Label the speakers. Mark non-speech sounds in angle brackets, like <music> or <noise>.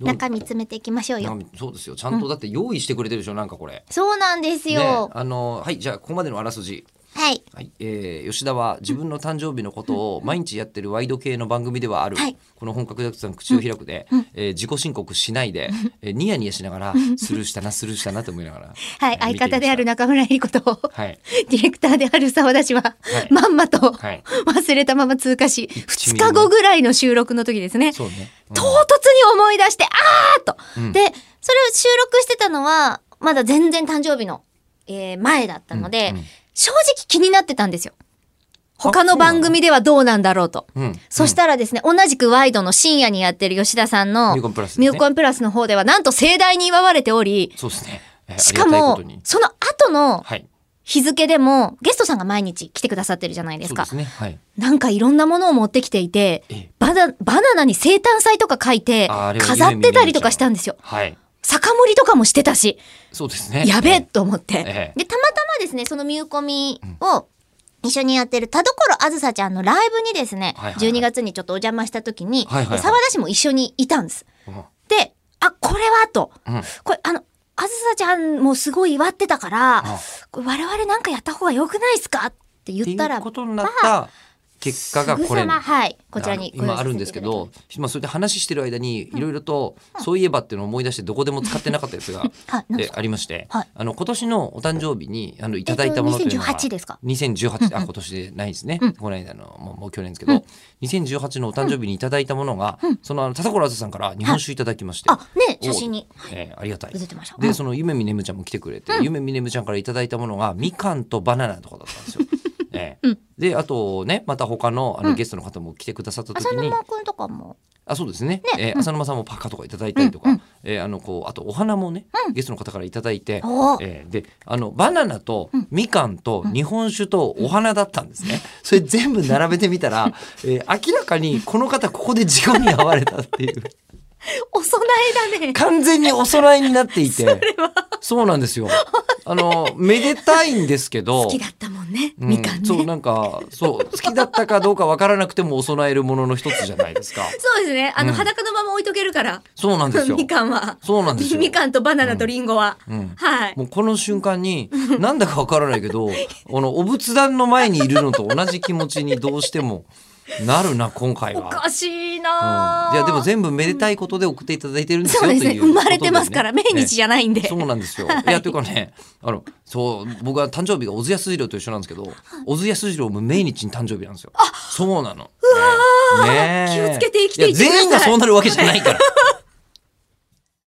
Speaker 1: 中身詰めていきましょうよ。
Speaker 2: なんそうですよちゃんとだって用意してくれてるでしょなんかこれ。
Speaker 1: そうなんです
Speaker 2: ね
Speaker 1: よ。
Speaker 2: あのはいじゃあここまでのあらすじ。
Speaker 1: はい。
Speaker 2: はいえー吉田は自分の誕生日のことを毎日やってるワイド系の番組ではある、
Speaker 1: はい
Speaker 2: この本格役さん口を開くで、えー自己申告しないで、えーニヤニヤしながらスルーしたなスルーしたなと思いながら、
Speaker 1: はい。
Speaker 2: えー
Speaker 1: 相方である中村えり子と、
Speaker 2: はい
Speaker 1: ディレクターである沢田氏は、
Speaker 2: い
Speaker 1: まんまと、
Speaker 2: はい
Speaker 1: 忘れたまま通過し、
Speaker 2: 一
Speaker 1: 2
Speaker 2: ミリも
Speaker 1: 日後ぐらいの収録の時ですね。
Speaker 2: そうね、うん
Speaker 1: 唐突に思い出して、あーっと、
Speaker 2: うん
Speaker 1: で、それを収録してたのは、まだ全然誕生日の、えー前だったので、
Speaker 2: うんうん
Speaker 1: 正直気になってたんですよ。他
Speaker 2: あ
Speaker 1: の
Speaker 2: そうなの
Speaker 1: 番組ではどうなんだろうと。
Speaker 2: うん
Speaker 1: そしたらですね、同じくワイドの深夜にやってる吉田さんの
Speaker 2: ミューコンプラスですね
Speaker 1: ミューコンプラスの方では、なんと盛大に祝われており、
Speaker 2: そうですね、えー
Speaker 1: しか
Speaker 2: ありがたいこと
Speaker 1: も
Speaker 2: に、
Speaker 1: その後の
Speaker 2: はい
Speaker 1: 日付でも、ゲストさんが毎日来てくださってるじゃないです
Speaker 2: そう
Speaker 1: か
Speaker 2: で。すねはい
Speaker 1: なんかいろんなものを持ってきていて
Speaker 2: ええ、
Speaker 1: バナバナナに生誕祭とか書いて
Speaker 2: ああ、れは
Speaker 1: 飾ってたりとかしたんですよ。
Speaker 2: はい
Speaker 1: 酒盛りとかもしてたし、
Speaker 2: そうですね
Speaker 1: やべえ
Speaker 2: え
Speaker 1: と思って。
Speaker 2: え
Speaker 1: で、たまたまですね、そのミューコミを一緒にやってる田所あずさちゃんのライブにですね、
Speaker 2: はいはいはい
Speaker 1: 12月にちょっとお邪魔した時
Speaker 2: はい
Speaker 1: に、
Speaker 2: はいはい
Speaker 1: で沢田氏も一緒にいたんです。
Speaker 2: うん
Speaker 1: で、あ、これはと。
Speaker 2: うん
Speaker 1: これ、あの、あずさちゃんもすごい祝ってたから
Speaker 2: あ、
Speaker 1: これ我々なんかやった方が良くないですかって言った
Speaker 2: ってい
Speaker 1: ら
Speaker 2: う、ことになった結果が
Speaker 1: すぐ
Speaker 2: こ
Speaker 1: さ
Speaker 2: れ
Speaker 1: ま、はい、こちらに
Speaker 2: あの今あるんですけど、まあ、それで話してる間にいろいろと、そういえばっていうのを思い出してどこでも使ってなかったやつが、
Speaker 1: <laughs> はいなんです
Speaker 2: えありまして、
Speaker 1: はい
Speaker 2: あの今年のお誕生日にあのいただいたものというのは、
Speaker 1: えっと2018ですか
Speaker 2: 2018あ今年でないですね、この間のもうもう去年ですけど、2018のお誕生日にいただいたものが、そのあの田所あずさんから日本酒いただきまして、
Speaker 1: あね
Speaker 2: お
Speaker 1: 写真に、
Speaker 2: えーありがたい
Speaker 1: 出てましたう
Speaker 2: で
Speaker 1: ん
Speaker 2: そのゆめみねむちゃんも来てくれて、ゆめみねむちゃんからいただいたものがみかんとバナナとかだったんです
Speaker 1: <laughs>
Speaker 2: よ。ええであとねまた他のあのゲストの方も来てくださった
Speaker 1: 浅
Speaker 2: 時に、
Speaker 1: 沼くんとかも
Speaker 2: あそうですねえ
Speaker 1: ね
Speaker 2: ー浅沼さんもパカとかいただいたりとか、えーあのこうあとお花もね、ゲストの方からいただいて、
Speaker 1: おー
Speaker 2: えーであのバナナとみかんと日本酒とお花だったんですね、それ全部並べてみた
Speaker 1: <laughs>
Speaker 2: ら、えー明らかにこの方ここで事故に遭われたっていう。
Speaker 1: お供えだね
Speaker 2: 完全にお供えにな
Speaker 1: <laughs>
Speaker 2: っていて。そうなんですよ。あの、めでたいんですけど。
Speaker 1: <laughs> 好きだったもんね、
Speaker 2: う
Speaker 1: みかんね
Speaker 2: そ、
Speaker 1: そう
Speaker 2: なんか、そう、好きだったかどうかわからなくてもお供えるものの一つじゃないですか。
Speaker 1: うですねあの、
Speaker 2: うん
Speaker 1: 裸のまま置いとけるから
Speaker 2: そうなんですよ。
Speaker 1: みかんは
Speaker 2: そうなんですよ
Speaker 1: みかんとバナナとリンゴは、
Speaker 2: うん
Speaker 1: はい
Speaker 2: もうこの瞬間に、なんだかわからないけど、あの、お仏壇の前にいるのと同じ気持ちにどうしてもなるな、今回
Speaker 1: お
Speaker 2: は。
Speaker 1: かしい
Speaker 2: うん、い
Speaker 1: な、
Speaker 2: や、でも全部めでたいことで送っていただいてるんですよ。
Speaker 1: そうです
Speaker 2: と
Speaker 1: ね
Speaker 2: いう
Speaker 1: 生まれてますから、
Speaker 2: ことでね
Speaker 1: 命日じゃないんで、
Speaker 2: そうなんですよ。い、やというかね、あのそう僕は誕生日が小津安二郎と一緒なんですけど、小津安二郎も命日に誕生日なんですよ。そうなの。ねえ
Speaker 1: 気をつけて生きていってくだ
Speaker 2: や
Speaker 1: さい
Speaker 2: 全員がそうなるわけじゃないから。